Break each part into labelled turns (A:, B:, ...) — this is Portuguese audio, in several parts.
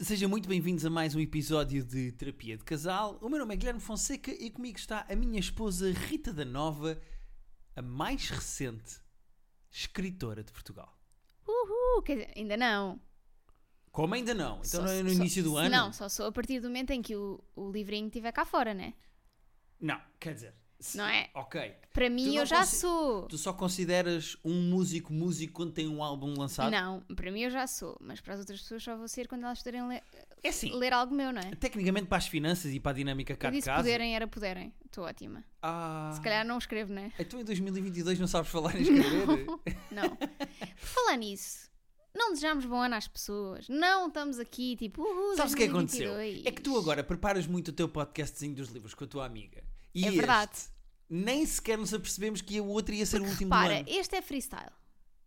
A: Sejam muito bem-vindos a mais um episódio de Terapia de Casal. O meu nome é Guilherme Fonseca e comigo está a minha esposa Rita da Nova, a mais recente escritora de Portugal.
B: Uhul, quer dizer, ainda não.
A: Como ainda não? Então
B: Só-
A: não é no
B: só-
A: início do
B: se
A: ano?
B: Não, só sou a partir do momento em que o, o livrinho estiver cá fora, né?
A: Não, quer dizer. se-
B: Não é?
A: Ok.
B: Para
A: Tu
B: mim
A: não
B: eu já
A: consi-
B: sou.
A: Tu só consideras um músico músico quando tem um álbum lançado?
B: Não, para mim eu já sou, mas para as outras pessoas só vou ser quando elas poderem le-
A: É assim.
B: ler algo meu, não é?
A: Tecnicamente para as finanças e para a dinâmica cá
B: Eu
A: de
B: disse
A: casa.
B: poderem era poderem. Estou ótima.
A: Ah,
B: Se calhar não escrevo, né?
A: Então em 2022 não sabes falar e escrever?
B: Não. Por falar nisso, não desejamos bom ano às pessoas. Não estamos aqui tipo, uhul,
A: Sabes o que é que
B: 2022.
A: aconteceu? É que tu agora preparas muito o teu podcastzinho dos livros com a tua amiga. E
B: É
A: este,
B: verdade.
A: nem sequer nos apercebemos que o outro ia ser o último do
B: Para,
A: ano.
B: este é freestyle.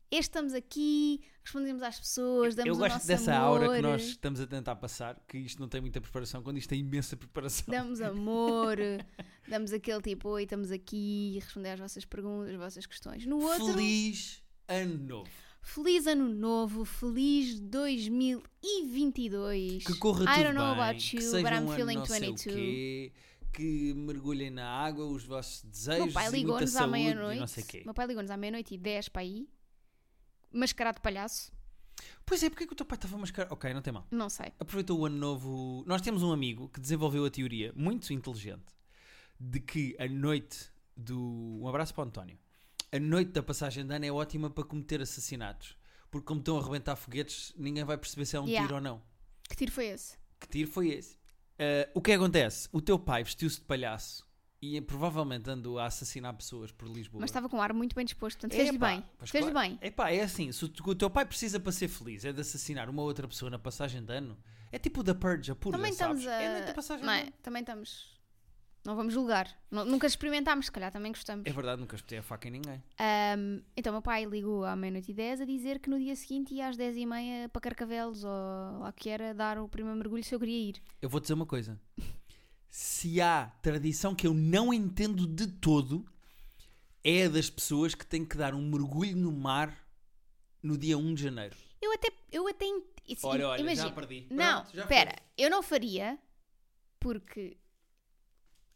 B: Este estamos aqui, respondemos às pessoas, damos
A: Eu
B: o
A: gosto
B: nosso
A: dessa
B: amor,
A: aura que nós estamos a tentar passar, que isto não tem muita preparação, quando isto tem imensa preparação.
B: damos amor, damos aquele tipo, oi, estamos aqui, responder às vossas perguntas, às vossas questões. No outro,
A: Feliz ano novo.
B: feliz ano novo, feliz 2022.
A: Que corra
B: I
A: tudo
B: don't know
A: bem,
B: about you,
A: que seja
B: but
A: um
B: I'm
A: ano
B: feeling
A: não sei o
B: 22.
A: quê, que mergulhem na água os vossos desejos
B: Meu pai
A: e muita
B: ligou-nos à
A: saúde e não
B: meia-noite.
A: sei o quê.
B: Meu pai ligou-nos à meia-noite e 10 para aí, mascarado de palhaço,
A: Pois é, porque é que o teu pai estava a mascarar? Ok, não tem mal.
B: não sei.
A: aproveitou o ano novo. Nós temos um amigo que desenvolveu a teoria muito inteligente de que a noite do. Um abraço para o António. A noite da passagem de ano é ótima para cometer assassinatos. Porque, como estão a arrebentar foguetes, ninguém vai perceber se é um
B: Yeah.
A: tiro ou não.
B: Que tiro foi esse?
A: Que tiro foi esse? Ah, o que acontece? O teu pai vestiu-se de palhaço e eh, provavelmente andou a assassinar pessoas por Lisboa.
B: Mas estava com um ar muito bem disposto, portanto fez-lhe
A: tipo Epá,
B: bem.
A: pois
B: Fez-lhe
A: claro.
B: bem.
A: Epá, é assim, se o, o teu pai precisa para ser feliz é de assassinar uma outra pessoa na passagem de ano, é tipo da Purge, a purga,
B: Também
A: sabes?
B: estamos a.
A: É a noite da passagem
B: não
A: de
B: é?
A: ano.
B: Também estamos. Não vamos julgar. Nu- nunca experimentámos, se calhar também gostamos.
A: É verdade, nunca espetei a faca em ninguém.
B: Ahm, então, meu pai ligou à meia-noite e 10 a dizer que no dia seguinte ia às 10 e meia para Carcavelos ou lá que era dar o primeiro mergulho se eu queria ir.
A: Eu vou dizer uma coisa. Se há tradição que eu não entendo de todo, é a das pessoas que têm que dar um mergulho no mar no dia 1 de janeiro.
B: Eu até. Eu até ent- isso-
A: Olha, olha,
B: imagina.
A: já perdi.
B: Não,
A: Pronto, já foi.
B: espera, eu não faria porque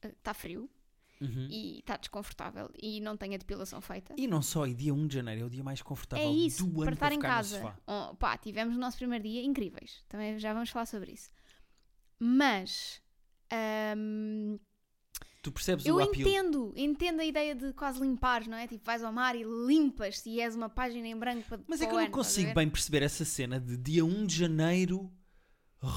B: está frio
A: Uhum.
B: e está desconfortável e não tenho a depilação feita.
A: E não só, e dia 1 de janeiro é o dia mais confortável
B: É isso,
A: do ano
B: para estar em
A: ficar no
B: casa.
A: sofá.
B: Oh, pá, tivemos o nosso primeiro dia incríveis. Também já vamos falar sobre isso. Mas hum,
A: Tu percebes
B: eu
A: o apelo?
B: entendo, entendo a ideia de quase limpares, não é? Tipo, vais ao mar e limpas se és uma página em branco para
A: Mas é
B: para
A: que
B: o
A: eu não
B: ano, estás a
A: consigo
B: ver?
A: bem perceber essa cena de dia 1 de janeiro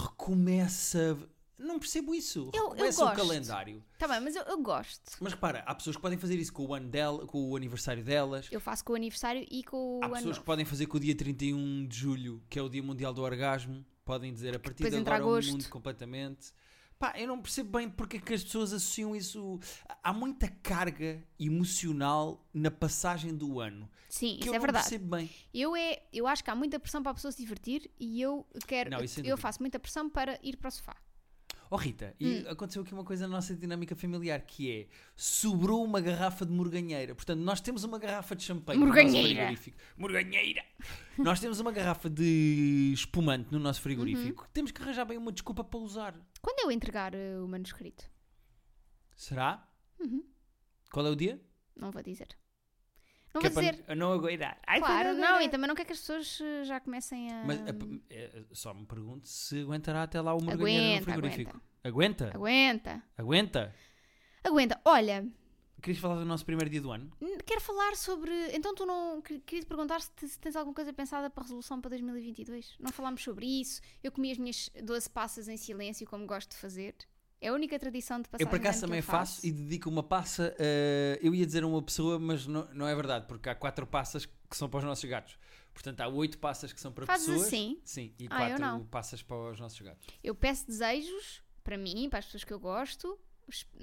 A: recomeça. Não percebo isso.
B: Eu- eu
A: recomeça o
B: gosto.
A: calendário.
B: Tá bem, mas eu, eu gosto.
A: Mas repara, há pessoas que podem fazer isso com o ano dela, com o aniversário delas.
B: Eu faço com o aniversário e com o
A: há
B: ano
A: pessoas
B: novo.
A: que podem fazer com o dia 31 de julho, que é o dia mundial do orgasmo. Podem dizer a partir
B: depois
A: de
B: entra
A: agora o
B: agosto.
A: mundo completamente. Pá, eu não percebo bem porque é que as pessoas associam isso. Há muita carga emocional na passagem do ano.
B: Sim,
A: Que
B: isso
A: eu
B: é
A: não
B: verdade.
A: percebo bem.
B: Eu, é, eu acho que há muita pressão para a pessoa se divertir e eu quero.
A: Não, isso sem
B: eu
A: dúvida.
B: faço muita pressão para ir para o sofá.
A: Oh Rita, e
B: Hum.
A: aconteceu aqui uma coisa na nossa dinâmica familiar que é sobrou uma garrafa de morganheira. Portanto, nós temos uma garrafa de champanhe no nosso
B: Morganheira.
A: frigorífico. Morganheira! nós temos uma garrafa de espumante no nosso frigorífico.
B: Uhum.
A: Temos que arranjar bem uma desculpa para usar.
B: Quando eu entregar eh, o manuscrito? Uhum,
A: Será? Qual é o dia?
B: Não vou dizer. Não
A: Que é
B: vou dizer.
A: Para não aguardar. Ai, para
B: Claro,
A: aguardar.
B: não, e também não quer que as pessoas eh, já comecem a.
A: Mas eh, eh, só me pergunto se aguentará até lá o morganheira no
B: aguenta,
A: frigorífico.
B: aguenta,
A: Aguenta? Aguenta?
B: aguenta. Aguenta. Olha,
A: Querias falar do nosso primeiro dia do ano?
B: n- quero falar sobre. Então, tu não. que- Queria te perguntar se, te- se tens alguma coisa pensada para a resolução para 2022. Não falámos sobre isso. Eu comi as minhas 12 passas em silêncio, como gosto de fazer. É a única tradição de passar
A: Eu por acaso também faço. e dedico uma passa. eh, eu ia dizer a uma pessoa, mas não, não é verdade, porque há quatro passas que são para os nossos gatos. Portanto, há oito passas que são para
B: Fazes
A: pessoas.
B: assim?
A: Sim, e
B: Ah, eu
A: quatro
B: não.
A: passas para os nossos gatos.
B: Eu peço desejos para mim, para as pessoas que eu gosto, os- que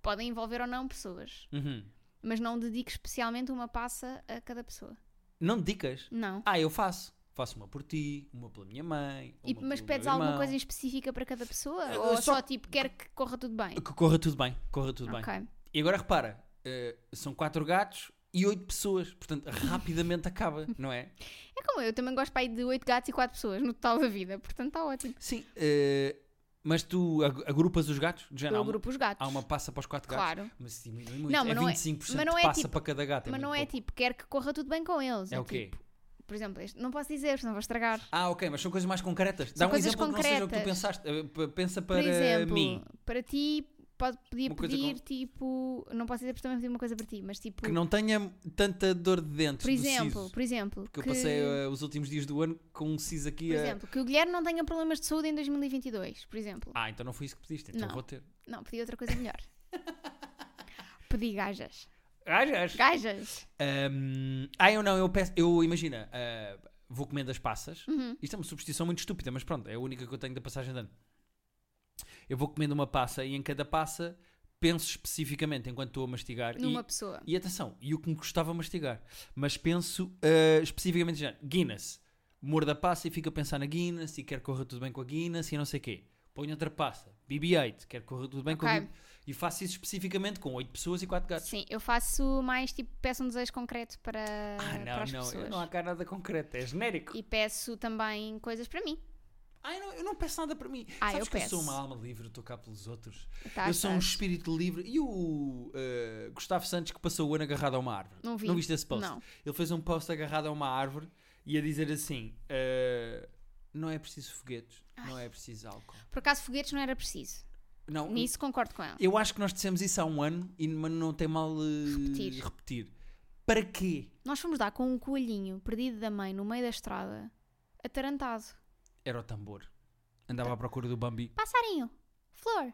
B: que podem envolver ou não pessoas.
A: Uhum.
B: Mas não dedico especialmente uma passa a cada pessoa.
A: Não dedicas?
B: Não.
A: Ah, eu faço. Faço uma por ti, uma pela minha mãe.
B: E-
A: uma
B: mas
A: pelo meu
B: pedes alguma
A: irmão.
B: coisa em específica para cada pessoa?
A: Eu
B: Ou
A: só-
B: só, tipo, quero que corra tudo bem?
A: Que corra tudo bem, corra tudo bem.
B: ok.
A: E agora repara, eh, são quatro gatos, e 8 pessoas. Portanto, rapidamente acaba, não é?
B: É como eu, eu também gosto para aí de 8 gatos e 4 pessoas no total da vida, portanto está ótimo.
A: Sim, eh, mas tu ag- agrupas os gatos? Do género,
B: Eu
A: há, uma,
B: agrupo os gatos.
A: há uma passa para os 4 gatos?
B: Claro.
A: Mas isso diminui muito.
B: Não, mas
A: é
B: não é-
A: 25%
B: mas
A: de
B: não é
A: passa
B: tipo-
A: para cada gato. é
B: Mas
A: muito
B: não é
A: pouco.
B: tipo, quero que corra tudo bem com eles.
A: É o quê?
B: tipo, por exemplo, este, não posso dizer, senão vou estragar.
A: Ah, ok, mas são coisas mais concretas. Dá um
B: coisas
A: exemplo que não seja o que tu
B: concretas.
A: pensaste. Eh, p- Pensa
B: Por
A: para
B: exemplo,
A: mim,
B: para ti, pode, podia
A: Uma coisa
B: pedir tipo. Não posso dizer porque também pedi uma coisa para ti, mas tipo.
A: que não tenha tanta dor de dentes.
B: por
A: do
B: exemplo,
A: siso.
B: por exemplo.
A: Porque eu
B: que-
A: passei eh, os últimos dias do ano com um CIS aqui
B: Por
A: a-
B: exemplo, que o Guilherme não tenha problemas de saúde em 2022, por exemplo.
A: Ah, então não foi isso que pediste, então
B: Não.
A: vou ter.
B: Não, pedi outra coisa melhor. pedi gajas.
A: Gajas!
B: Gajas!
A: Ahm, ah, eu não, eu peço, eu imagina, ah, vou comendo as passas.
B: Uhum.
A: Isto é uma superstição muito estúpida, mas pronto, é a única que eu tenho da passagem de ano. Eu vou comendo uma passa e em cada passa penso especificamente enquanto estou a mastigar. e-
B: Numa pessoa.
A: E, atenção, e o que me custava mastigar, mas penso ah, especificamente já, Guinness. Morda a passa e fico a pensar na Guinness e quero que corra tudo bem com a Guinness e não sei o quê. Ponho outra passa, BB-8, quero que corra tudo bem com a
B: Ok.
A: BB E faço isso especificamente com 8 pessoas e 4 gatos.
B: Sim, eu faço mais tipo, peço um desejo concreto para,
A: Ah,
B: é para
A: não,
B: as
A: não, eu
B: pessoas.
A: não há cá nada concreto, é genérico.
B: E peço também coisas para mim.
A: Ah, eu não, eu não peço nada para mim.
B: Ah,
A: Sabes
B: eu
A: que eu sou
B: peço.
A: uma alma livre, eu estou cá pelos outros.
B: Tá,
A: eu sou um
B: tá.
A: espírito livre. E o uh, Gustavo Santos que passou o ano agarrado a uma árvore?
B: Não vi.
A: Não viste esse post?
B: Não.
A: Ele fez um post agarrado a uma árvore e a dizer assim: uh, não é preciso foguetes, não é preciso álcool.
B: Por acaso foguetes não era preciso.
A: Não,
B: Nisso concordo com ela.
A: eu acho que nós dissemos isso há um ano, e, mas não tem mal uh,
B: Repetir.
A: repetir. Para quê?
B: Nós fomos dar com um coelhinho perdido da mãe no meio da estrada, atarantado.
A: Era o tambor.
B: Tá.
A: Andava à procura do Bambi.
B: Passarinho, flor,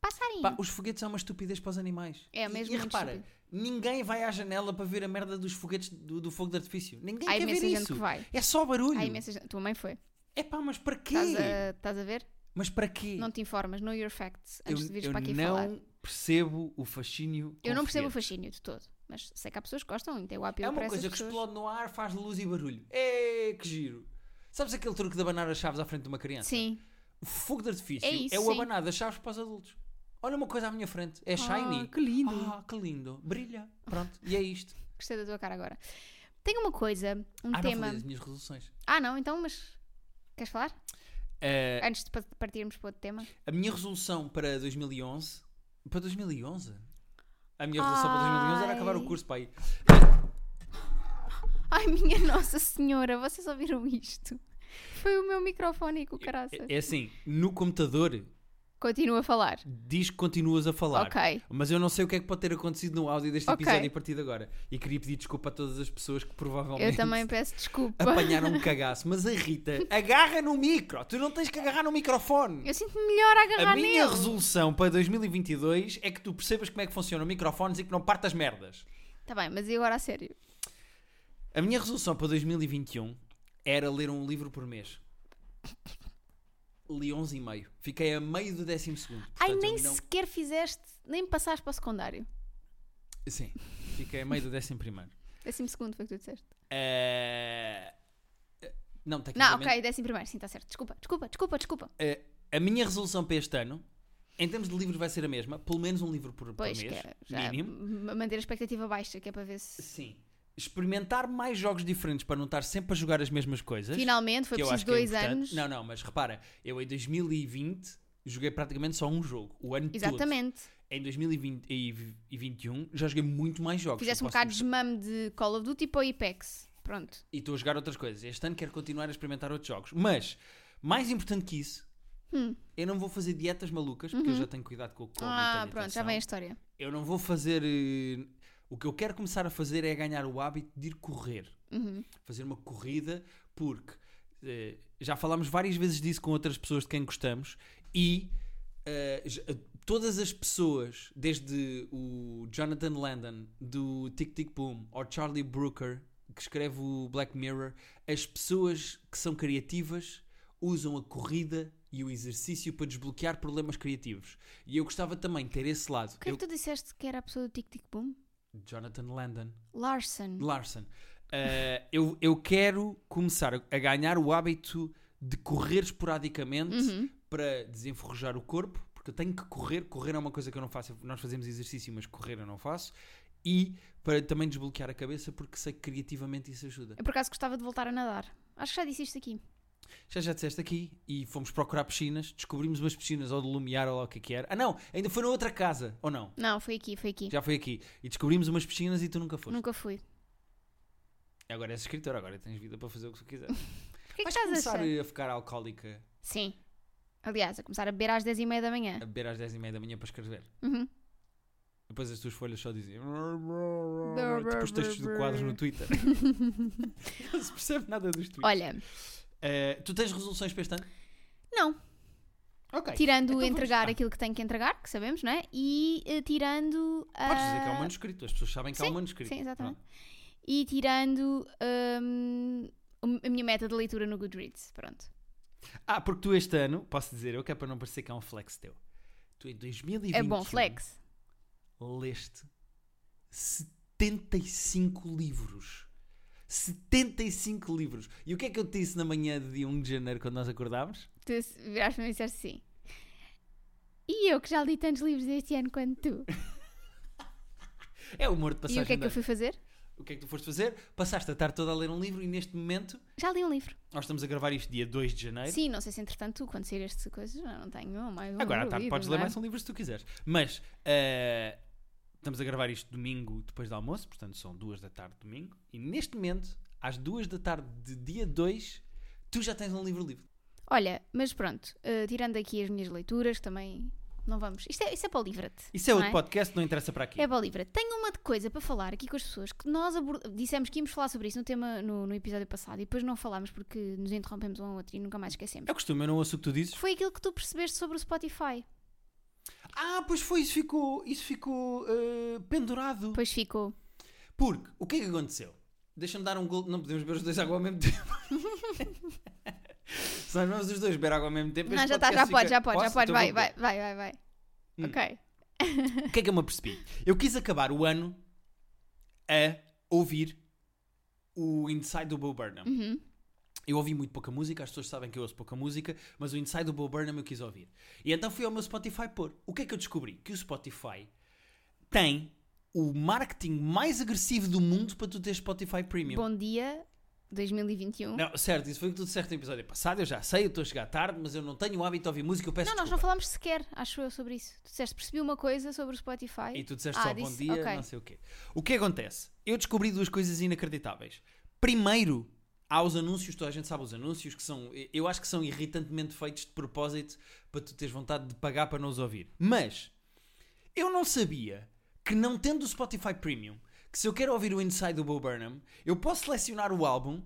B: passarinho.
A: Pá, os foguetes são uma estupidez para os animais.
B: É,
A: E-
B: mesmo
A: E,
B: muito
A: repara,
B: estúpido.
A: ninguém vai à janela para ver a merda dos foguetes do, do fogo de artifício. Ninguém
B: Há
A: quer
B: imensa
A: é ver
B: gente
A: isso.
B: que vai.
A: É só barulho.
B: Há imensa gente. Tua mãe foi.
A: É pá, mas para quê?
B: Estás a, estás a ver?
A: Mas para quê?
B: Não te informas, know your facts,
A: eu
B: antes de vires
A: eu
B: para aqui
A: não
B: falar.
A: percebo o fascínio.
B: Eu
A: com
B: não percebo o
A: foguetes.
B: fascínio de todo, mas sei que há pessoas que gostam e tem o
A: É
B: apelo para
A: uma
B: essas
A: coisa que
B: pessoas.
A: explode no ar, faz luz e barulho. É que giro. Sabes aquele truque de abanar as chaves à frente de uma criança?
B: Sim.
A: O fogo de artifício
B: É isso,
A: o
B: sim. Ah,
A: abanar das chaves para os adultos. Olha uma coisa à minha frente. É shiny.
B: que lindo.
A: Ah, que lindo. Brilha. Pronto. E é isto.
B: Gostei da tua cara agora. Tem uma coisa, um
A: ah, não
B: tema.
A: falei das minhas resoluções.
B: ah, não, então, mas. Queres falar?
A: Eh,
B: Antes de pa- partirmos para outro tema?
A: a minha resolução para 2011... Para 2011? A minha resolução para 2011 era acabar o
B: Ai.
A: curso, pai.
B: Ai, minha Nossa Senhora, vocês ouviram isto? Foi o meu microfone com caraças.
A: É, é assim, no computador
B: Continua a falar.
A: diz que continuas a falar.
B: Ok.
A: Mas eu não sei o que é que pode ter acontecido no áudio deste
B: Ok.
A: episódio a partir de agora. E queria pedir desculpa a todas as pessoas que provavelmente
B: Eu também peço desculpa.
A: apanharam um cagaço. Mas a Rita agarra no micro. Tu não tens que agarrar no microfone.
B: Eu sinto-me melhor a agarrar
A: A minha
B: nele.
A: resolução para 2022 é que tu percebas como é que funcionam microfones e que não partas merdas.
B: Tá bem, mas e agora a sério?
A: A minha resolução para 2021 era ler um livro por mês. Li 11 e meio. Fiquei a meio do décimo segundo.
B: Ai,
A: Portanto,
B: nem
A: eu não-
B: sequer fizeste, nem passaste para o secundário.
A: Sim, fiquei a meio do décimo primeiro.
B: Décimo segundo foi o que tu disseste.
A: Eh, eh, Não,
B: Não,
A: tecnicamente...
B: ok, décimo primeiro, sim, está certo. Desculpa, desculpa, desculpa, desculpa.
A: eh, a minha resolução para este ano, em termos de livro, vai ser a mesma. Pelo menos um livro por, por
B: Pois, que
A: mês,
B: é, já
A: mínimo.
B: m- manter a expectativa baixa, que é para ver se
A: Sim. Experimentar mais jogos diferentes para não estar sempre a jogar as mesmas coisas.
B: finalmente foi
A: que eu
B: preciso
A: acho que é
B: dois
A: importante.
B: anos.
A: Não, não, mas repara, eu em 2020 joguei praticamente só um jogo, o ano todo.
B: Exatamente.
A: Em 2021 já joguei muito mais jogos.
B: Fizeste
A: eu
B: um
A: posso
B: bocado de
A: mostrar.
B: desmame de Call of Duty para o Apex. Pronto.
A: E estou a jogar outras coisas. Este ano quero continuar a experimentar outros jogos. Mas, mais importante que isso,
B: Hum. Uhum.
A: eu não vou fazer dietas malucas, porque eu já tenho cuidado com o Covid.
B: Ah,
A: tenho
B: pronto, já
A: atenção.
B: vem a história.
A: Eu não vou fazer. eh, O que eu quero começar a fazer é ganhar o hábito de ir correr.
B: Uhum.
A: Fazer uma corrida, porque eh, já falámos várias vezes disso com outras pessoas de quem gostamos e eh, j- eh, todas as pessoas, desde o Jonathan Landon do Tic Tic Boom ou Charlie Brooker, que escreve o Black Mirror, as pessoas que são criativas usam a corrida e o exercício para desbloquear problemas criativos. E eu gostava também de ter esse lado.
B: O que é
A: Eu-
B: que tu disseste que era a pessoa do Tic Tic Boom?
A: Jonathan Landon.
B: Larson.
A: Larson. Uh, eu, eu quero começar a ganhar o hábito de correr esporadicamente
B: Uhum.
A: para desenferrujar o corpo, porque eu tenho que correr. Correr é uma coisa que eu não faço. Nós fazemos exercício, mas correr eu não faço. e para também desbloquear a cabeça, porque sei que criativamente isso ajuda.
B: Eu por acaso gostava de voltar a nadar. Acho que já disse isto aqui.
A: Já já disseste aqui e fomos procurar piscinas, descobrimos umas piscinas ou de Lumiar ou lá o que é que era. Ah, não, ainda foi na outra casa, ou não?
B: Não, foi aqui, foi aqui.
A: Já foi aqui. E descobrimos umas piscinas e tu nunca foste.
B: Nunca fui.
A: Agora és escritora, agora tens vida para fazer o que tu quiser.
B: O que é que
A: Vais
B: estás a
A: começar
B: achar?
A: a ficar alcoólica,
B: Sim. Aliás, a começar a beber às 10h30 da manhã.
A: a beber às 10h30 da manhã para escrever.
B: Uhum.
A: Depois as tuas folhas só dizem. Tipo os textos de quadros no Twitter. Não se percebe nada dos tweets.
B: Olha,
A: Eh, tu tens resoluções para este ano?
B: não.
A: Ok.
B: Tirando
A: Então vamos-
B: entregar
A: Ah.
B: aquilo que tenho que entregar, que sabemos, não é? E eh, tirando.
A: Podes dizer que é
B: ah,
A: um manuscrito, as pessoas sabem que é um manuscrito.
B: Sim, exatamente. E tirando hum, a minha meta de leitura no Goodreads, pronto.
A: Pronto. Ah, porque tu este ano, posso dizer, eu quero para não parecer que é um flex teu. Tu em 2020
B: É bom flex.
A: um leste 75 livros. 75 livros. E o que é que eu te disse na manhã de dia 1 de janeiro quando nós acordámos?
B: Tu viraste-me e disseste sim. E eu que já li tantos livros este ano quanto tu.
A: É o humor de passagem
B: e o que é
A: de
B: que eu
A: ano.
B: fui fazer?
A: O que é que tu foste fazer? Passaste a tarde toda a ler um livro e neste momento,
B: Já li um livro.
A: nós estamos a gravar isto dia 2 de janeiro.
B: Sim, não sei se entretanto tu, quando sair este coisas, não, não tenho mais um
A: Agora à
B: livro
A: tarde
B: lido,
A: podes
B: não
A: ler
B: é?
A: mais um livro se tu quiseres. Mas eh, estamos a gravar isto domingo depois do almoço, portanto são duas da tarde domingo. E neste momento, às duas da tarde de dia 2, tu já tens um livro livre.
B: Olha, mas pronto, eh, tirando aqui as minhas leituras, que também não vamos. Isto é, isso é para o livra-te.
A: Isso é
B: não
A: outro podcast, não interessa para aqui.
B: É para o livra-te. Tenho uma de coisa para falar aqui com as pessoas que nós abord- dissemos que íamos falar sobre isso no, tema, no, no episódio passado e depois não falámos porque nos interrompemos um ao outro e nunca mais esquecemos.
A: É costume, eu não ouço o que tu dizes.
B: Foi aquilo que tu percebeste sobre o Spotify.
A: Ah, pois foi, isso ficou, isso ficou eh, pendurado.
B: Pois ficou.
A: Porque, o que é que aconteceu? Deixa-me dar um gol. Não podemos beber os dois água ao mesmo tempo. Se nós vamos os dois beber água ao mesmo tempo.
B: Não,
A: este
B: já está, já
A: podcast
B: pode,
A: fica-
B: já pode, já
A: Posso?
B: pode.
A: Então vou
B: Vai,
A: beber.
B: vai, vai, vai, vai.
A: Hum.
B: Ok.
A: O que é que eu me apercebi? Eu quis acabar o ano a ouvir o Inside do Bo Burnham.
B: Uhum.
A: Eu ouvi muito pouca música, as pessoas sabem que eu ouço pouca música, mas o Inside do Bo Burnham eu quis ouvir. E então fui ao meu Spotify pôr. O que é que eu descobri? Que o Spotify tem o marketing mais agressivo do mundo para tu ter Spotify Premium.
B: Bom dia 2021. Não,
A: Não, certo, isso foi o que tu disseste no episódio passado, eu já sei, eu estou a chegar tarde, mas eu não tenho o hábito de ouvir música, eu peço
B: nós não
A: desculpa.
B: falámos sequer, acho eu, sobre isso. Tu disseste, percebi uma coisa sobre o Spotify.
A: E tu disseste
B: Ah,
A: só bom
B: disse,
A: dia,
B: ok.
A: não sei o quê. O que acontece? Eu descobri duas coisas inacreditáveis. Primeiro, há os anúncios, toda a gente sabe os anúncios, que são, eu acho que são irritantemente feitos de propósito para tu teres vontade de pagar para não os ouvir. Mas, eu não sabia que não tendo o Spotify Premium, que se eu quero ouvir o Inside do Bo Burnham, eu posso selecionar o álbum,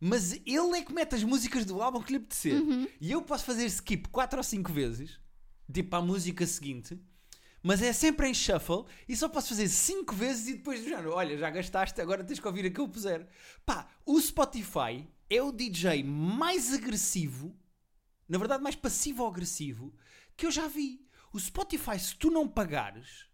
A: mas ele é que mete as músicas do álbum que lhe apetecer.
B: Uhum.
A: E eu posso fazer skip 4 ou 5 vezes, tipo à música seguinte, mas é sempre em shuffle e só posso fazer 5 vezes e depois do género, olha, já gastaste, agora tens que ouvir a que eu puser. Pá, o Spotify é o DJ mais agressivo, na verdade mais passivo-agressivo, que eu já vi. O Spotify, se tu não pagares,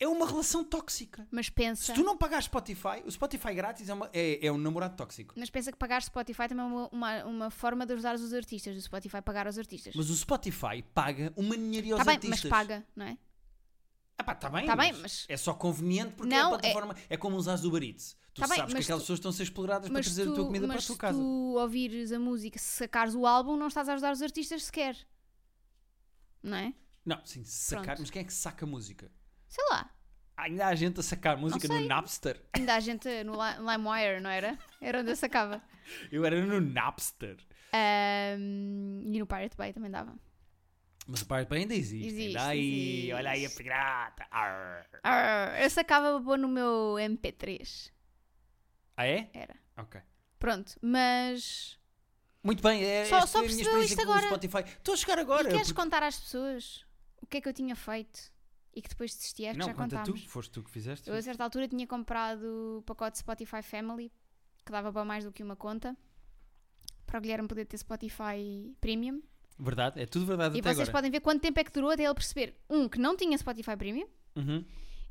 A: é uma relação tóxica.
B: Mas
A: Se
B: pensa,
A: tu não pagares Spotify, o Spotify grátis é, uma- é- é um namorado tóxico.
B: mas pensa que pagar Spotify também é uma, uma, uma forma de ajudar os artistas, do Spotify pagar aos artistas.
A: Mas o Spotify paga uma ninharia aos
B: Está Tá bem,
A: artistas.
B: mas paga, não é?
A: Ah pá, está bem,
B: Tá bem,
A: mas
B: mas-
A: É só conveniente porque
B: Não,
A: é a plataforma. É, como usares o Uber Eats. Tu
B: Tá bem,
A: sabes que
B: mas
A: aquelas
B: tu-
A: pessoas estão a ser exploradas para
B: Mas
A: trazer a tua comida para a
B: mas
A: tua
B: se
A: casa.
B: tu ouvires a música, se sacares o álbum, não estás a ajudar os artistas sequer. Não é?
A: Não, sim, sacar.
B: Pronto.
A: Mas quem é que saca música?
B: Sei lá.
A: Ainda há gente a sacar música no
B: sei.
A: Napster.
B: Ainda há gente no Li- LimeWire, não era? Era onde eu sacava.
A: Eu era no Napster.
B: Ahm, e no Pirate Bay também dava.
A: Mas o Pirate Bay ainda existe.
B: Existe,
A: ainda aí,
B: existe.
A: olha aí a pirata. Arr.
B: Arr, eu sacava pôr no meu MP3.
A: Ah, é?
B: Era.
A: Ok.
B: Pronto, mas.
A: Muito bem, é
B: Só-
A: esta
B: só
A: foi a minha
B: percebeu
A: experiência
B: isto
A: com o
B: agora.
A: Spotify. Estou a chegar agora.
B: e queres
A: porque-
B: contar às pessoas o que é que eu tinha feito e que depois desistieste?
A: Não,
B: já
A: conta
B: contámos.
A: tu. Foste tu que fizeste.
B: Eu a certa altura tinha comprado o pacote Spotify Family, que dava para mais do que uma conta, para o Guilherme poder ter Spotify Premium.
A: Verdade, é tudo verdade
B: e
A: até
B: vocês
A: agora.
B: podem ver quanto tempo é que durou até ele perceber, um, que não tinha Spotify Premium,
A: Uhum.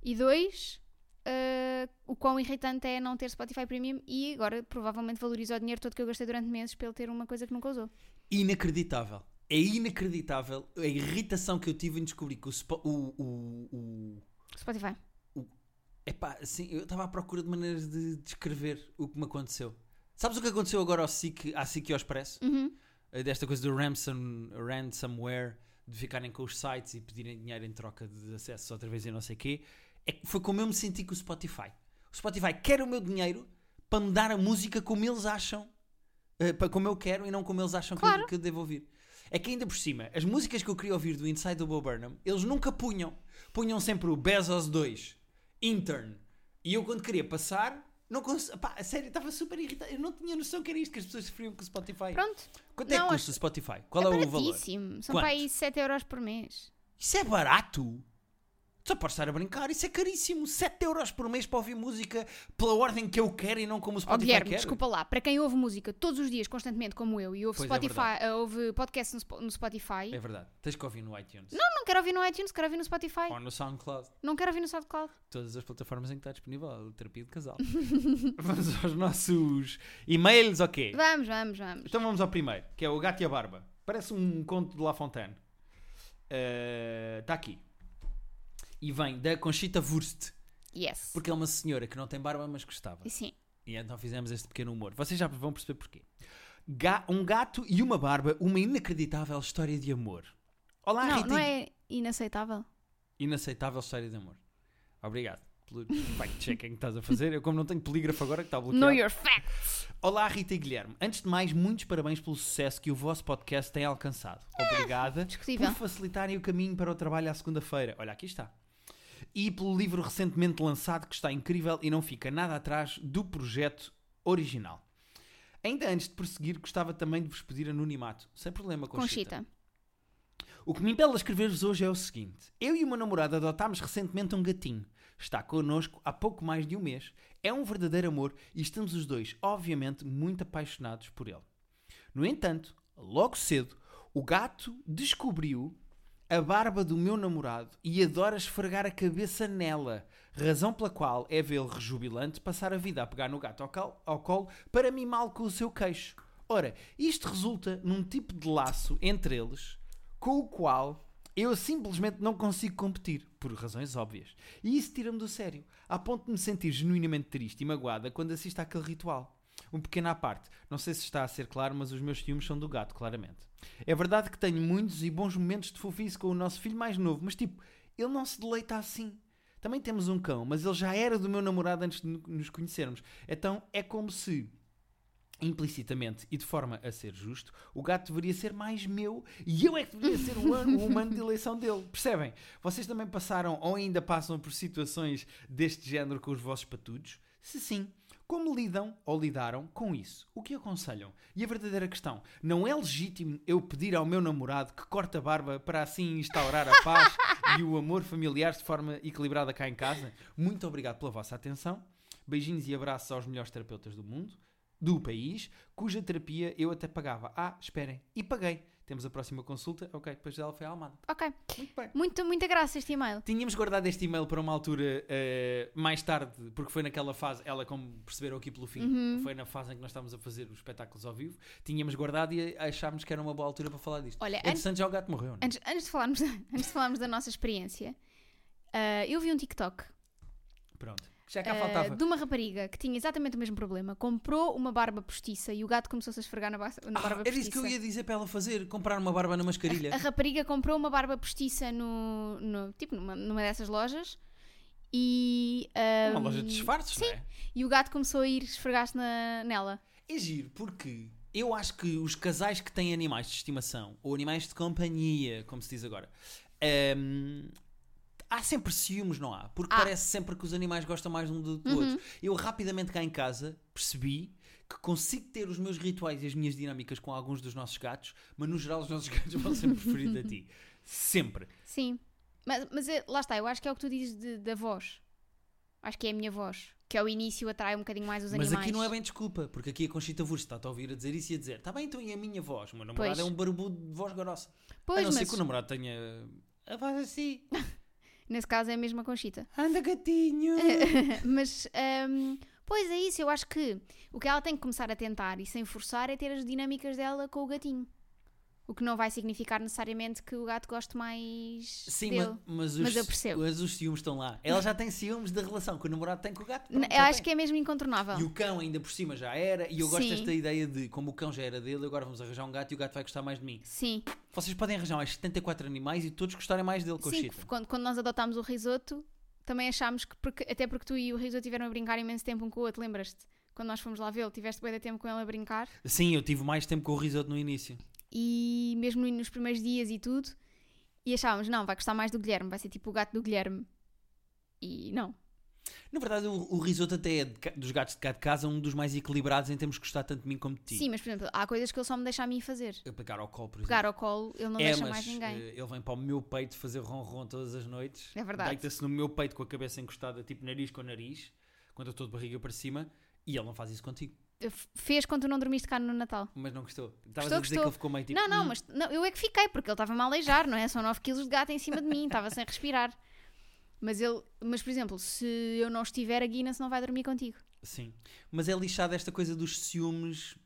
B: e dois, eh, o quão irritante é não ter Spotify Premium e agora provavelmente valoriza o dinheiro todo que eu gastei durante meses para ele ter uma coisa que nunca usou.
A: Inacreditável. É inacreditável a irritação que eu tive em descobrir que o, Spo- o- o- o-
B: Spotify.
A: o- Epá, assim, eu estava à procura de maneiras de descrever o que me aconteceu. Sabes o que aconteceu agora ao SIC, à SIC e ao Expresso?
B: Uhum.
A: Eh, Desta coisa do ransom, ransomware, de ficarem com os sites e pedirem dinheiro em troca de acessos outra vez e não sei o quê. É que foi como eu me senti com o Spotify. O Spotify quer o meu dinheiro para me dar a música como eles acham, eh, para como eu quero e não como eles acham que eu-
B: Claro.
A: que, eu devo ouvir. É que ainda por cima, as músicas que eu queria ouvir do Inside do Bo Burnham, eles nunca punham. Punham sempre o Bezos 2, Intern. E eu quando queria passar, não consegui. Pá, a sério, estava super irritado. Eu não tinha noção que era isto que as pessoas sofriam com o Spotify.
B: Pronto.
A: Quanto é
B: Não,
A: que custa
B: acho-
A: o Spotify? Qual é,
B: é
A: o valor?
B: baratíssimo. São para aí 7 euros por mês.
A: Isso é barato? Só podes estar a brincar, isso é caríssimo. 7 euros por mês para ouvir música pela ordem que eu quero e não como o
B: Ó
A: Spotify
B: Guilherme,
A: Tipo, quer.
B: desculpa lá, para quem ouve música todos os dias, constantemente, como eu, e ouve,
A: Pois é
B: Spotify, ah, ouve podcast no, Spo- no Spotify,
A: É verdade, tens que ouvir no iTunes
B: não quero ouvir no iTunes, quero ouvir no Spotify,
A: ou no SoundCloud,
B: não quero ouvir no SoundCloud.
A: todas as plataformas em que está disponível, terapia de casal. vamos aos nossos e-mails, ok?
B: Vamos, vamos, vamos.
A: Então vamos ao primeiro, que é o Gato e a Barba. Parece um conto de La Fontaine. Está aqui. E vem da Conchita Wurst,
B: Yes.
A: porque é uma senhora que não tem barba, mas gostava.
B: E Sim.
A: E então fizemos este pequeno humor. Vocês já vão perceber porquê. Ga- um gato e uma barba, uma inacreditável história de amor. Olá,
B: não,
A: Ah, Rita.
B: não é inaceitável?
A: Inaceitável história de amor. Obrigado pelo fact-checking que estás a fazer. Eu, como não tenho polígrafo agora, que está bloqueado.
B: Know your facts.
A: Olá, Rita e Guilherme. Antes de mais, muitos parabéns pelo sucesso que o vosso podcast tem alcançado. Obrigada
B: discutível.
A: por facilitarem o caminho para o trabalho à segunda-feira. Olha, aqui está. E pelo livro recentemente lançado, que está incrível e não fica nada atrás do projeto original. Ainda antes de prosseguir, gostava também de vos pedir anonimato. Sem problema, Conchita.
B: Conchita.
A: O que me impele a escrever-vos hoje é o seguinte: eu e o meu namorado adotámos recentemente um gatinho. Está connosco há pouco mais de um mês. É um verdadeiro amor e estamos os dois, obviamente, muito apaixonados por ele. No entanto, logo cedo, o gato descobriu a barba do meu namorado e adora esfregar a cabeça nela, razão pela qual é vê-lo rejubilante passar a vida a pegar no gato ao, cal- ao colo para mimá-lo com o seu queixo. Ora, isto resulta num tipo de laço entre eles com o qual eu simplesmente não consigo competir, por razões óbvias. E isso tira-me do sério, a ponto de me sentir genuinamente triste e magoada quando assisto àquele ritual. Um pequeno à parte, não sei se está a ser claro, mas os meus ciúmes são do gato, claramente. É verdade que tenho muitos e bons momentos de fofice com o nosso filho mais novo, mas tipo, ele não se deleita assim. Também temos um cão, mas ele já era do meu namorado antes de no- nos conhecermos. Então é como se implicitamente e de forma a ser justo, o gato deveria ser mais meu e eu é que deveria ser o humano, o humano de eleição dele. Percebem? Vocês também passaram ou ainda passam por situações deste género com os vossos patudos? Se sim, como lidam ou lidaram com isso? O que aconselham? E a verdadeira questão: não é legítimo eu pedir ao meu namorado que corte a barba para assim instaurar a paz e o amor familiar de forma equilibrada cá em casa? Muito obrigado pela vossa atenção. Beijinhos e abraços aos melhores terapeutas do mundo do país, cuja terapia eu até pagava. Ah, esperem. E paguei. Temos a próxima consulta. Ok, depois dela foi a Almada.
B: Ok.
A: Muito bem.
B: Muito, muita graça este e-mail.
A: Tínhamos guardado este e-mail para uma altura eh, mais tarde, porque foi naquela fase, ela, como perceberam aqui pelo fim,
B: Uhum.
A: foi na fase em que nós estávamos a fazer os espetáculos ao vivo. Tínhamos guardado e achámos que era uma boa altura para falar disto.
B: Olha, antes-
A: Entretanto, já o gato morreu, não é?
B: Antes, antes de falarmos, antes de falarmos da nossa experiência, ah, eu vi um TikTok
A: Pronto. Já cá
B: ah,
A: faltava.
B: de uma rapariga que tinha exatamente o mesmo problema. Comprou uma barba postiça e o gato começou-se a esfregar na, ba- na
A: Ah,
B: barba
A: era
B: postiça.
A: isso que eu ia dizer para ela fazer: comprar uma barba na mascarilha.
B: A rapariga comprou uma barba postiça no, no- tipo numa, numa dessas lojas e ah,
A: uma loja de disfarces, não é?
B: e o gato começou a ir esfregar-se na- nela.
A: É giro, porque eu acho que os casais que têm animais de estimação, ou animais de companhia, como se diz agora, hum, há sempre ciúmes, não há? Porque
B: Há. Uhum.
A: parece sempre que os animais gostam mais um do que do outro. Eu rapidamente cá em casa percebi que consigo ter os meus rituais e as minhas dinâmicas com alguns dos nossos gatos, mas no geral os nossos gatos vão sempre preferir a ti. Sempre.
B: Sim. Mas, mas é- lá está, eu acho que é o que tu dizes de- da voz. Acho que é a minha voz. Que ao início atrai um bocadinho mais os
A: Mas
B: animais.
A: aqui não é bem desculpa, porque aqui a Conchita Wurst está-te a ouvir a dizer isso e a dizer: está bem, então e a minha voz? O meu namorado
B: Pois.
A: é um barbudo de voz grossa. a
B: Pois,
A: não ser
B: mas
A: que o namorado tenha a voz assim.
B: nesse caso é a mesma conchita.
A: Anda gatinho!
B: mas, hum, pois é isso, eu acho que o que ela tem que começar a tentar e sem forçar é ter as dinâmicas dela com o gatinho. O que não vai significar necessariamente que o gato goste mais
A: Sim,
B: dele.
A: ma- mas, os,
B: Mas eu percebo.
A: mas os ciúmes estão lá. Ela já tem ciúmes da relação que o namorado tem com o gato.
B: N-
A: Pronto,
B: Eu
A: já
B: acho
A: tem.
B: que é mesmo incontornável.
A: E o cão ainda por cima já era. E eu gosto
B: Sim.
A: desta ideia de como o cão já era dele, agora vamos arranjar um gato e o gato vai gostar mais de mim.
B: Sim,
A: Vocês podem arranjar mais 74 animais e todos gostarem mais dele com
B: sim
A: o
B: que quando, quando nós adotámos o risoto, também achámos que, porque- até porque tu e o risoto tiveram a brincar imenso tempo um com o outro, lembras-te? Quando nós fomos lá vê-lo, tiveste bem de tempo com ele a brincar
A: Sim, eu tive mais tempo com o risoto no início.
B: e mesmo nos primeiros dias e tudo, e achávamos, não, vai gostar mais do Guilherme, vai ser tipo o gato do Guilherme. E não.
A: Na verdade, o, o risoto até é de ca- dos gatos de cá de casa um dos mais equilibrados em termos de gostar tanto de mim como de ti.
B: Sim, mas por exemplo, há coisas que ele só me deixa a mim fazer.
A: Eu pegar ao colo, por
B: Pegar
A: exemplo.
B: ao colo, ele não
A: é,
B: deixa
A: mas
B: mais ninguém.
A: eh, ele vem para o meu peito fazer ronron todas as noites.
B: É verdade.
A: Deita-se no meu peito com a cabeça encostada, tipo nariz com nariz, quando eu estou de barriga para cima, e ele não faz isso contigo.
B: F- Fez quando tu não dormiste cá no Natal.
A: Mas não gostou. Estavas
B: Gostou,
A: a dizer
B: gostou.
A: que ele ficou meio tipo.
B: não, não,
A: "Hum,
B: mas não, eu é que fiquei, porque ele estava-me a aleijar, não é? São 9 quilos de gato em cima de mim, estava sem respirar. Mas ele, mas por exemplo, se eu não estiver, a Guinness não vai dormir contigo.
A: Sim. Mas é lixada esta coisa dos ciúmes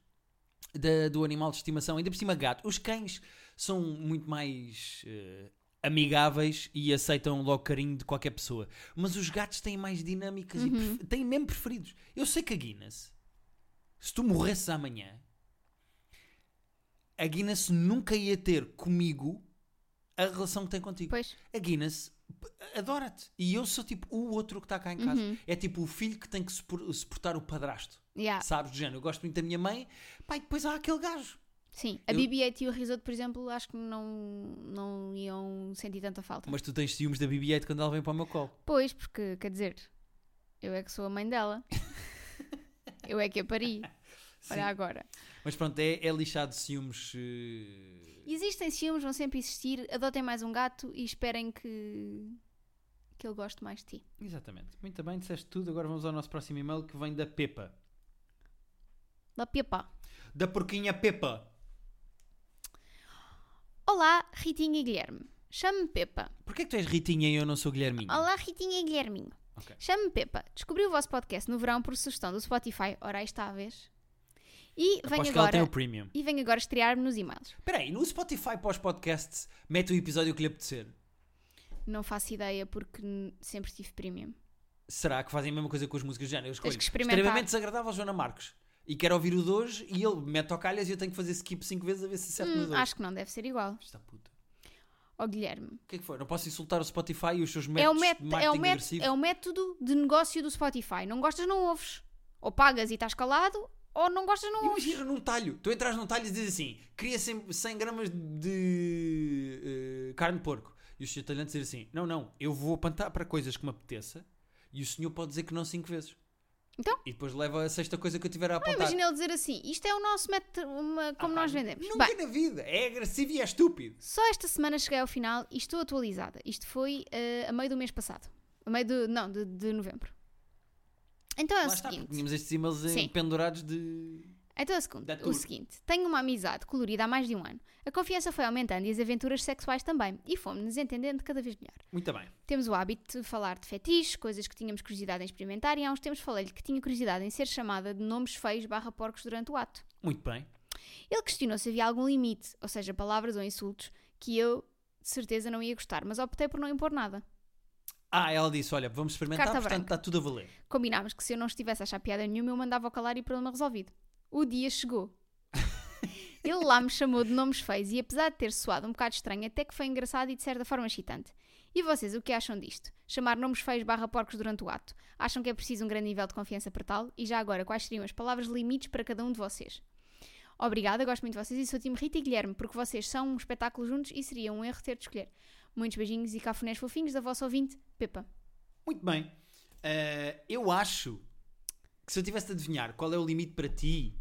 A: da- do animal de estimação. Ainda por cima, gato. Os cães são muito mais eh, amigáveis e aceitam logo carinho de qualquer pessoa. Mas os gatos têm mais dinâmicas e
B: Uhum.
A: prefe- têm mesmo preferidos. Eu sei que a Guinness, se tu morresses amanhã, a Guinness nunca ia ter comigo a relação que tem contigo
B: Pois,
A: a Guinness p- adora-te. E eu sou tipo o outro que está cá em casa.
B: Uhum.
A: É tipo o filho que tem que supor- suportar o padrasto.
B: yeah,
A: Sabes, do género, eu gosto muito da minha mãe, pai, depois há aquele gajo.
B: sim. A
A: Eu-
B: BB-8 e o risoto, por exemplo, acho que não, não iam sentir tanta falta.
A: Mas tu tens ciúmes da BB-8 quando ela vem para o meu colo.
B: Pois, porque, quer dizer, eu é que sou a mãe dela. eu é que a pari. Olha
A: Sim.
B: agora.
A: Mas pronto, é, é lixado de ciúmes. eh,
B: Existem ciúmes, vão sempre existir. Adotem mais um gato e esperem que, que ele goste mais de ti.
A: Exatamente. Muito bem, disseste tudo. Agora vamos ao nosso próximo e-mail que vem da Pepa.
B: La piapá.
A: Da porquinha Pepa.
B: Olá, Ritinha e Guilherme. Chamo-me Pepa.
A: Porquê que tu és Ritinha e eu não sou Guilherminho?
B: Olá, Ritinha e Guilherminho.
A: Hum. Ok.
B: Chamo-me Pepa. Descobri o vosso podcast no verão por sugestão do Spotify. Ora, aí está a vez. E venho
A: Aposto que ela
B: agora.
A: tem o premium.
B: E venho agora estrear-me nos e-mails.
A: Espera aí, no Spotify pós-podcast mete o episódio que lhe apetecer.
B: Não faço ideia porque n- sempre tive premium.
A: Será que fazem a mesma coisa com as músicas de género? Eu escolho
B: que experimentar.
A: extremamente desagradável Joana Marcos. E quero ouvir o de hoje e ele mete ao calhas e eu tenho que fazer skip 5 vezes a ver se acerto
B: Hum,
A: nos dois.
B: acho que não deve ser igual.
A: Esta puta.
B: Ó Guilherme.
A: O que é que foi? Não posso insultar o Spotify e os seus
B: É o,
A: métodos
B: mét-
A: de
B: é,
A: marketing
B: o mét-
A: agressivo?
B: é o método de negócio do Spotify. Não gostas, não ouves. Ou pagas e estás calado, ou não gostas, não ouves.
A: Imagina num talho. Tu entras num talho e dizes assim, queria 100, 100 gramas de eh, carne de porco. E o senhor talhante diz assim, não, não, eu vou apontar para coisas que me apeteça e o senhor pode dizer que não 5 vezes.
B: Então?
A: E depois leva a sexta coisa que eu tiver a apontar.
B: Imagina ele dizer assim: isto é o nosso método, uma- como
A: Ah,
B: nós vendemos.
A: Nunca
B: Bem,
A: na vida. É agressivo e é estúpido.
B: Só esta semana cheguei ao final e estou atualizada. Isto foi eh, a meio do mês passado. A meio de. Não, de, de novembro. Então é
A: Lá
B: o
A: está, porque
B: seguinte.
A: tínhamos estes e-mails eh,
B: Sim.
A: pendurados de.
B: Então é o seguinte,
A: Da
B: o
A: tour.
B: seguinte. Tenho uma amizade colorida há mais de um ano. A confiança foi aumentando e as aventuras sexuais também. E fomos-nos entendendo cada vez melhor.
A: Muito bem.
B: Temos o hábito de falar de fetiches, coisas que tínhamos curiosidade em experimentar, e há uns tempos falei-lhe que tinha curiosidade em ser chamada de nomes feios barra porcos durante o ato.
A: Muito bem.
B: Ele questionou se havia algum limite, ou seja, palavras ou insultos, que eu de certeza não ia gostar, mas optei por não impor nada.
A: Ah, ela disse: olha, vamos experimentar,
B: Carta
A: portanto
B: branca.
A: está tudo a valer.
B: Combinámos que se eu não estivesse a achar piada nenhuma, eu mandava ao calar e problema resolvido. O dia chegou. Ele lá me chamou de nomes feios e apesar de ter soado um bocado estranho, até que foi engraçado e de certa forma excitante. E vocês, o que acham disto? Chamar nomes feios barra porcos durante o ato? Acham que é preciso um grande nível de confiança para tal? E já agora, quais seriam as palavras limites para cada um de vocês? Obrigada, gosto muito de vocês e sou o time Rita e Guilherme, porque vocês são um espetáculo juntos e seria um erro ter de escolher. Muitos beijinhos e cafunés fofinhos da vossa ouvinte, Pepa.
A: Muito bem. Eh, eu acho que se eu tivesse de adivinhar qual é o limite para ti,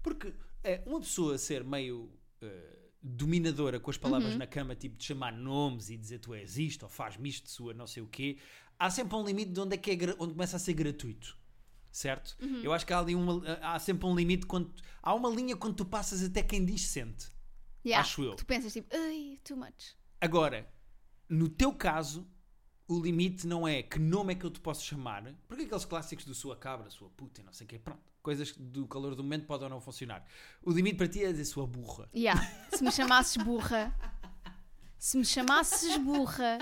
A: porque eh, uma pessoa ser meio eh, dominadora com as palavras na cama, tipo de chamar nomes e dizer tu és isto ou faz-me isto de sua não sei o quê, há sempre um limite de onde, é que é gra- onde começa a ser gratuito. Certo? Eu acho que há, ali uma, há sempre um limite quando. Há uma linha quando tu passas até quem diz sente.
B: Yeah,
A: Acho eu.
B: Tu pensas tipo, ai, too much.
A: Agora, no teu caso, o limite não é que nome é que eu te posso chamar, porque aqueles clássicos do sua cabra, sua puta e não sei o quê, pronto. coisas do calor do momento podem ou não funcionar. O limite para ti é dizer sua burra.
B: Yeah. Se me chamasses burra, se me chamasses burra,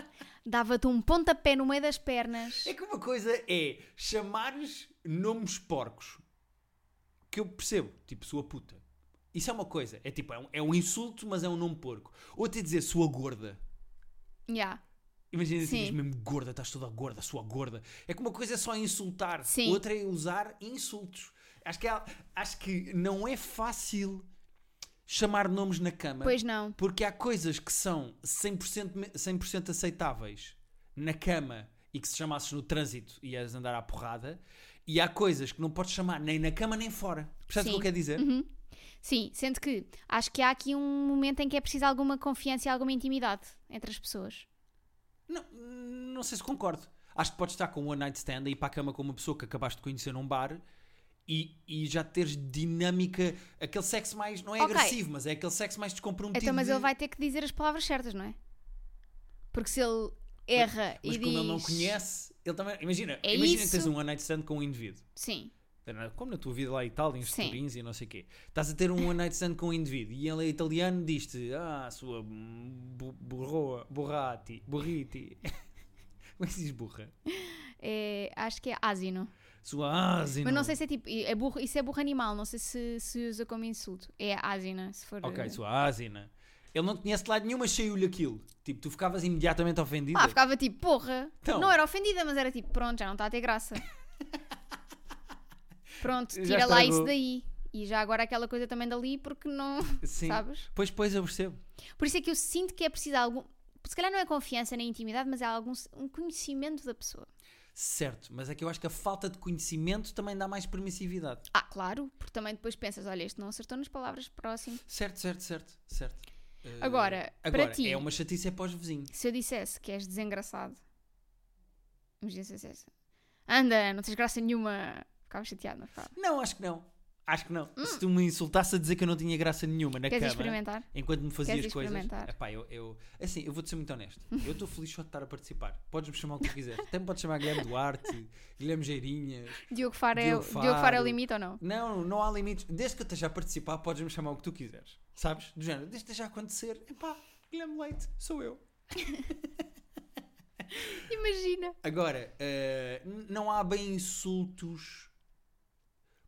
B: dava-te um pontapé no meio das pernas.
A: É que uma coisa é chamares nomes porcos que eu percebo, tipo sua puta. Isso é uma coisa, é tipo, é um, é um insulto, mas é um nome porco. Ou te dizer sua gorda.
B: Yeah.
A: Imagina se
B: Sim.
A: dizes mesmo gorda, estás toda gorda, sua gorda. É que uma coisa é só insultar,
B: Sim.
A: outra é usar insultos. Acho que, há- acho que não é fácil chamar nomes na cama.
B: Pois não.
A: Porque há coisas que são 100%, me- 100 aceitáveis na cama e que se chamasses no trânsito ias andar à porrada, e há coisas que não podes chamar nem na cama nem fora. Percebes o que eu
B: Sim.
A: quero dizer?
B: Sim, sendo que acho que há aqui um momento em que é preciso alguma confiança e alguma intimidade entre as pessoas.
A: Não, não sei se concordo. Acho que podes estar com um one night stand e ir para a cama com uma pessoa que acabaste de conhecer num bar e, e já teres dinâmica, aquele sexo mais, não é
B: Ok.
A: agressivo, mas é aquele sexo mais descomprometido.
B: Então, mas
A: de-
B: ele vai ter que dizer as palavras certas, não é? Porque se ele erra
A: Mas
B: e
A: como
B: diz.
A: ele não conhece, ele também. Imagina,
B: É
A: imagina que
B: isso.
A: tens um one night stand com um indivíduo.
B: Sim,
A: Como na tua vida lá em Itália, em
B: Sim.
A: Turinhos e não sei o quê. Estás a ter um one night stand com um indivíduo e ele é italiano, diz-te, ah, sua bu- burroa, burrati, burriti. Como é que se diz burra?
B: é- acho que é asino.
A: Sua asino.
B: Mas não sei se é tipo. É burro, isso é burro animal, não sei se se usa como insulto. É asina, se for.
A: Ok, sua asina. Ele não te conhece de lado nenhum, mas saiu-lhe aquilo. Tipo, tu ficavas imediatamente ofendida.
B: Pá, ficava tipo, porra.
A: Então.
B: Não era ofendida, mas era tipo, pronto, já não está a ter graça. pronto,
A: Já
B: tira lá
A: estragou.
B: isso daí. E já agora aquela coisa também dali, porque não.
A: Sim.
B: sabes?
A: Pois, pois, eu percebo.
B: Por isso é que eu sinto que é preciso algum. Se calhar não é confiança nem intimidade, mas é algum um conhecimento da pessoa.
A: Certo, mas é que eu acho que a falta de conhecimento também dá mais permissividade.
B: Ah, claro, porque também depois pensas, olha, este não acertou nas palavras próximo.
A: Certo, certo, certo, certo. Eh,
B: Agora, para
A: agora
B: ti-
A: é uma chatice é para os vizinhos.
B: Se eu dissesse que és desengraçado, imagina se eu dissesse, anda, não tens graça nenhuma, ficava chateado, não ficava?
A: Não, acho que não. Acho que não. Se tu me insultasse a dizer que eu não tinha graça nenhuma na
B: Hum. Queres
A: cama,
B: experimentar?
A: enquanto me fazias
B: Queres
A: coisas.
B: experimentar?
A: Epá, eu, eu. Assim, eu vou-te ser muito honesto. Eu estou feliz só de estar a participar. Podes-me chamar o que tu quiseres. Até me podes chamar Guilherme Duarte, Guilherme Geirinhas.
B: Diogo Faro, é, o-
A: Diogo
B: Diogo Faro é o
A: Faro.
B: limite ou não?
A: Não, não há limites. Desde que eu esteja a participar, podes-me chamar o que tu quiseres. Sabes? Do género, desde que esteja a acontecer, epá, Guilherme Leite, sou eu.
B: Imagina.
A: Agora, eh, n- não há bem insultos.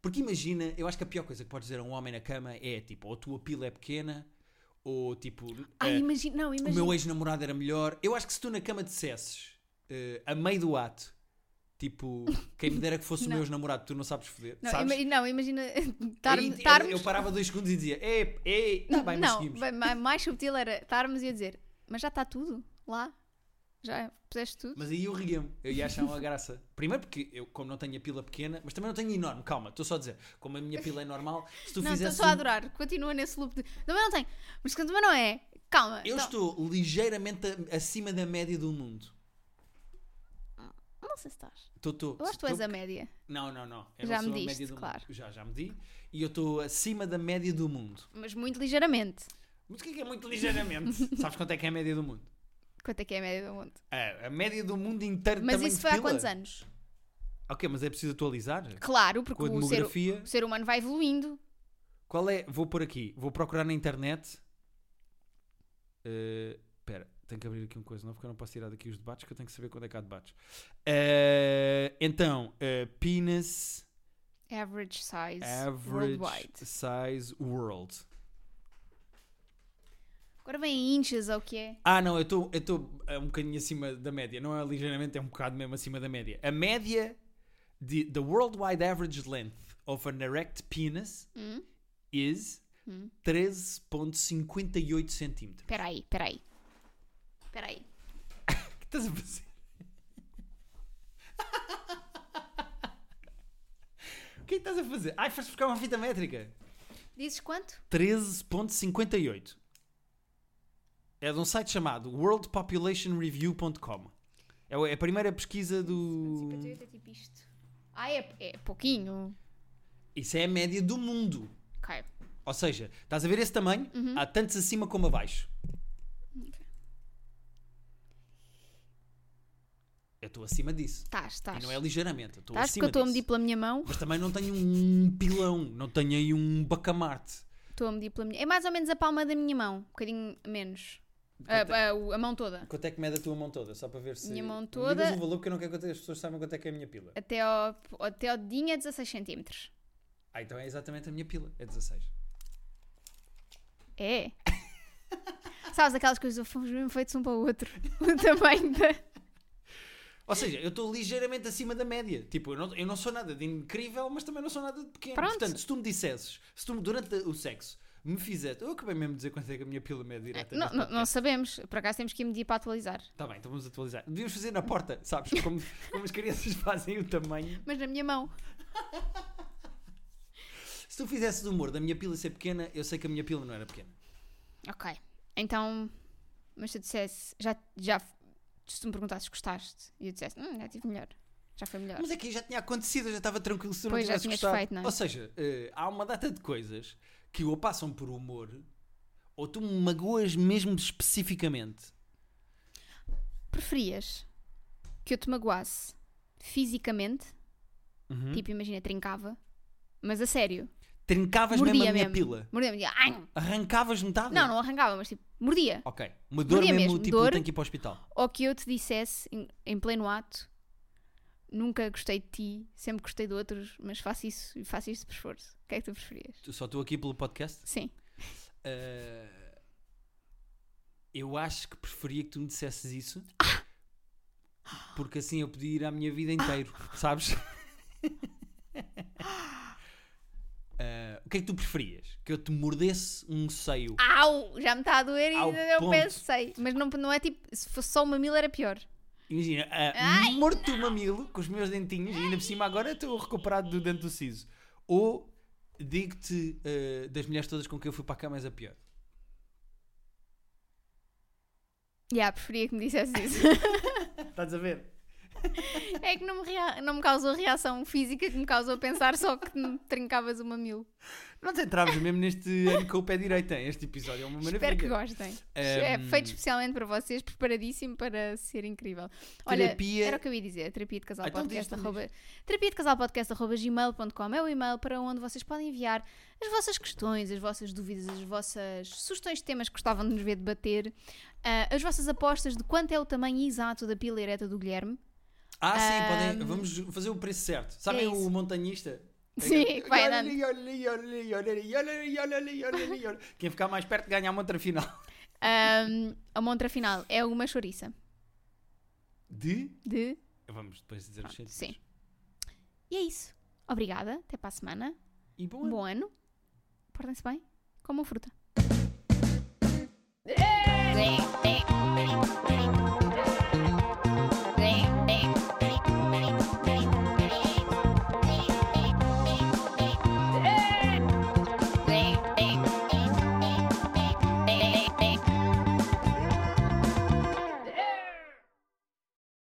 A: Porque imagina, eu acho que a pior coisa que podes dizer a um homem na cama é tipo, ou a tua pila é pequena, ou tipo,
B: Ai,
A: eh,
B: imagina, não,
A: o
B: imagina.
A: meu ex-namorado era melhor. Eu acho que se tu na cama dissesses, eh, a meio do ato, tipo, quem me dera que fosse o
B: Não.
A: meu ex-namorado, tu não sabes foder,
B: Não,
A: sabes?
B: ima- não, imagina
A: Aí,
B: estarmos.
A: eu- eu, parava dois segundos e dizia, é, é, tá bem, mas
B: não,
A: seguimos.
B: bem, ma- mais subtil era estarmos e eu dizer, mas já está tudo lá? Já puseste tudo?
A: Mas aí eu ria-me, eu ia achar uma graça. Primeiro porque eu, como não tenho a pila pequena, mas também não tenho enorme, calma, estou só a dizer, como a minha pila é normal, se tu
B: não, estou
A: fizesse.
B: só a
A: um-
B: adorar. Continua nesse loop de. Também não tem. Mas que também não é. Calma.
A: Eu
B: então-
A: estou ligeiramente a- acima da média do mundo.
B: Não sei se estás.
A: Estou, estou.
B: Eu acho que tu és a média.
A: Não, não, não. Eu
B: Já
A: não sou a
B: mediste,
A: média do mundo.
B: claro.
A: Já, já medi. E eu estou acima da média do mundo.
B: Mas muito ligeiramente.
A: Mas o que é que é muito ligeiramente? Sabes quanto é que é a média do mundo?
B: Quanto é que é a média do mundo?
A: A, a média do mundo inteiro de
B: Mas
A: tamanho
B: isso
A: de
B: foi há
A: pila?
B: quantos anos?
A: Ok, mas é preciso atualizar.
B: Claro, porque
A: Com a
B: o ser,
A: demografia.
B: o ser humano vai evoluindo.
A: Qual é? Vou pôr aqui. Vou procurar na internet. Espera, tenho que abrir aqui uma coisa nova porque eu não posso tirar daqui os debates que eu tenho que saber quando é que há debates. Eh, então, eh, penis
B: Average size.
A: average
B: Worldwide.
A: size world.
B: Agora vem inches ou o que é?
A: Ah, não, eu estou um bocadinho acima da média. Não é ligeiramente, é um bocado mesmo acima da média. A média de the worldwide average length of an erect penis
B: Hum?
A: is
B: Hum.
A: 13.58 centímetros.
B: Peraí, peraí. Peraí.
A: que estás a fazer? o que é que estás a fazer? Ai, foste buscar uma fita métrica.
B: Dizes quanto?
A: 13.58. É de um site chamado worldpopulationreview.com. É o- é a primeira pesquisa do.
B: 58 é tipo isto. Ah, é, é pouquinho.
A: Isso é a média do mundo.
B: Ok.
A: Ou seja, estás a ver esse tamanho?
B: Uhum.
A: Há tantos acima como abaixo. Eu estou acima disso.
B: Estás,
A: E
B: estás.
A: não é ligeiramente, eu estou
B: Estás porque eu
A: acima
B: estou a
A: disso.
B: medir pela minha mão.
A: Mas também não tenho um pilão, não tenho aí um bacamarte.
B: Estou a medir pela minha. É mais ou menos a palma da minha mão. Um bocadinho menos. Ah,
A: Quanto, é?
B: ah, o- a mão toda.
A: quanto é que mede a tua mão toda? Só para ver se.
B: Minha mão
A: Não digas
B: toda-
A: o valor porque eu não quero que as pessoas saibam quanto é que é a minha pila.
B: Até ao, até ao dedinho é 16 cm.
A: Ah, então é exatamente a minha pila, é 16.
B: É. Sabes aquelas coisas, fomos mesmo feitos um para o outro. né? O tamanho da.
A: Ou seja, eu estou ligeiramente acima da média. Tipo, eu não, eu não sou nada de incrível, mas também não sou nada de pequeno.
B: Pronto.
A: Portanto, se tu me dissesses, se tu me, durante o sexo me fizeste. Eu acabei mesmo de dizer quanto é que a minha pila mede direta.
B: Não, não, não sabemos. Por acaso temos que ir medir para atualizar.
A: Está bem, então vamos atualizar. Devíamos fazer na porta, sabes? Como, como as crianças fazem o tamanho.
B: Mas na minha mão.
A: Se tu fizesses o humor da minha pila ser pequena, eu sei que a minha pila não era pequena.
B: Ok. Então. Mas se eu dissesse. Já, já, se tu me perguntasses se gostaste e eu dissesse, hum, já tive melhor. Já foi melhor.
A: Mas é que já tinha acontecido, eu já estava tranquilo se tu
B: Pois,
A: não
B: já
A: tivesse
B: tinhas
A: gostado.
B: feito, não é?
A: Ou seja, eh, há uma data de coisas que ou passam por humor, ou tu me magoas mesmo especificamente.
B: Preferias que eu te magoasse fisicamente?
A: Uhum.
B: Tipo, imagina, trincava. Mas a sério.
A: Trincavas mesmo
B: Mordia
A: a minha
B: mesmo.
A: pila.
B: Mordia, mordia. Ai!
A: Arrancavas metade?
B: Não, não arrancava, mas tipo, mordia.
A: Ok. Uma dor
B: Mordia
A: mesmo,
B: mesmo,
A: tipo,
B: dor.
A: tenho que ir para o hospital.
B: Ou que eu te dissesse em, em pleno ato: Nunca gostei de ti, sempre gostei de outros, mas faço isso e faço isto por esforço. O que é que tu preferias?
A: Tu- Só estou aqui pelo podcast.
B: Sim.
A: Ah, eu acho que preferia que tu me dissesses isso. Porque assim eu podia ir à minha vida inteiro, sabes? Ah, o que é que tu preferias? Que eu te mordesse um seio?
B: Au! Já me está a doer e
A: Ao
B: ainda não
A: ponto.
B: pensei. Mas não, não é tipo, se fosse só o mamilo era pior.
A: Imagina, ah, morto o mamilo com os meus dentinhos e ainda por cima agora estou recuperado do dente do siso. Ou digo-te ah, das mulheres todas com quem eu fui para a cama és a pior.
B: Já, preferia que me dissesse isso.
A: Estás a ver?
B: é que não me, rea- não me causou a reação física que me causou pensar só que me trincavas o mamilo.
A: Nós entramos mesmo neste ano com o pé direito, hein? Este episódio é uma maravilha.
B: Espero que gostem. É
A: Ahm.
B: feito especialmente para vocês, preparadíssimo para ser incrível.
A: Terapia-
B: Olha, era o que eu ia dizer, terapia de casal
A: Ah, então diz,
B: podcast.
A: então
B: arroba- terapia de casal podcast arroba gmail.com é o e-mail para onde vocês podem enviar as vossas questões, as vossas dúvidas, as vossas sugestões de temas que gostavam de nos ver debater, ah, as vossas apostas de quanto é o tamanho exato da pila ereta do Guilherme.
A: Ah, sim, podem. Vamos fazer o preço certo. Sabem
B: é
A: o
B: isso.
A: montanhista?
B: Sim, que vai
A: Olha
B: andando.
A: ali, olha ali, olha ali, olha ali, olha ali, olha ali, olha ali, olha ali. Quem ficar mais perto ganha a montra final.
B: Ahm, Ah, a montra final é uma chouriça
A: De.
B: de.
A: Vamos depois dizer os
B: Pronto,
A: centímetros.
B: Ah, sim. E é isso. Obrigada, até para a semana.
A: E bom,
B: Bom ano. Portem-se bem. Comam fruta.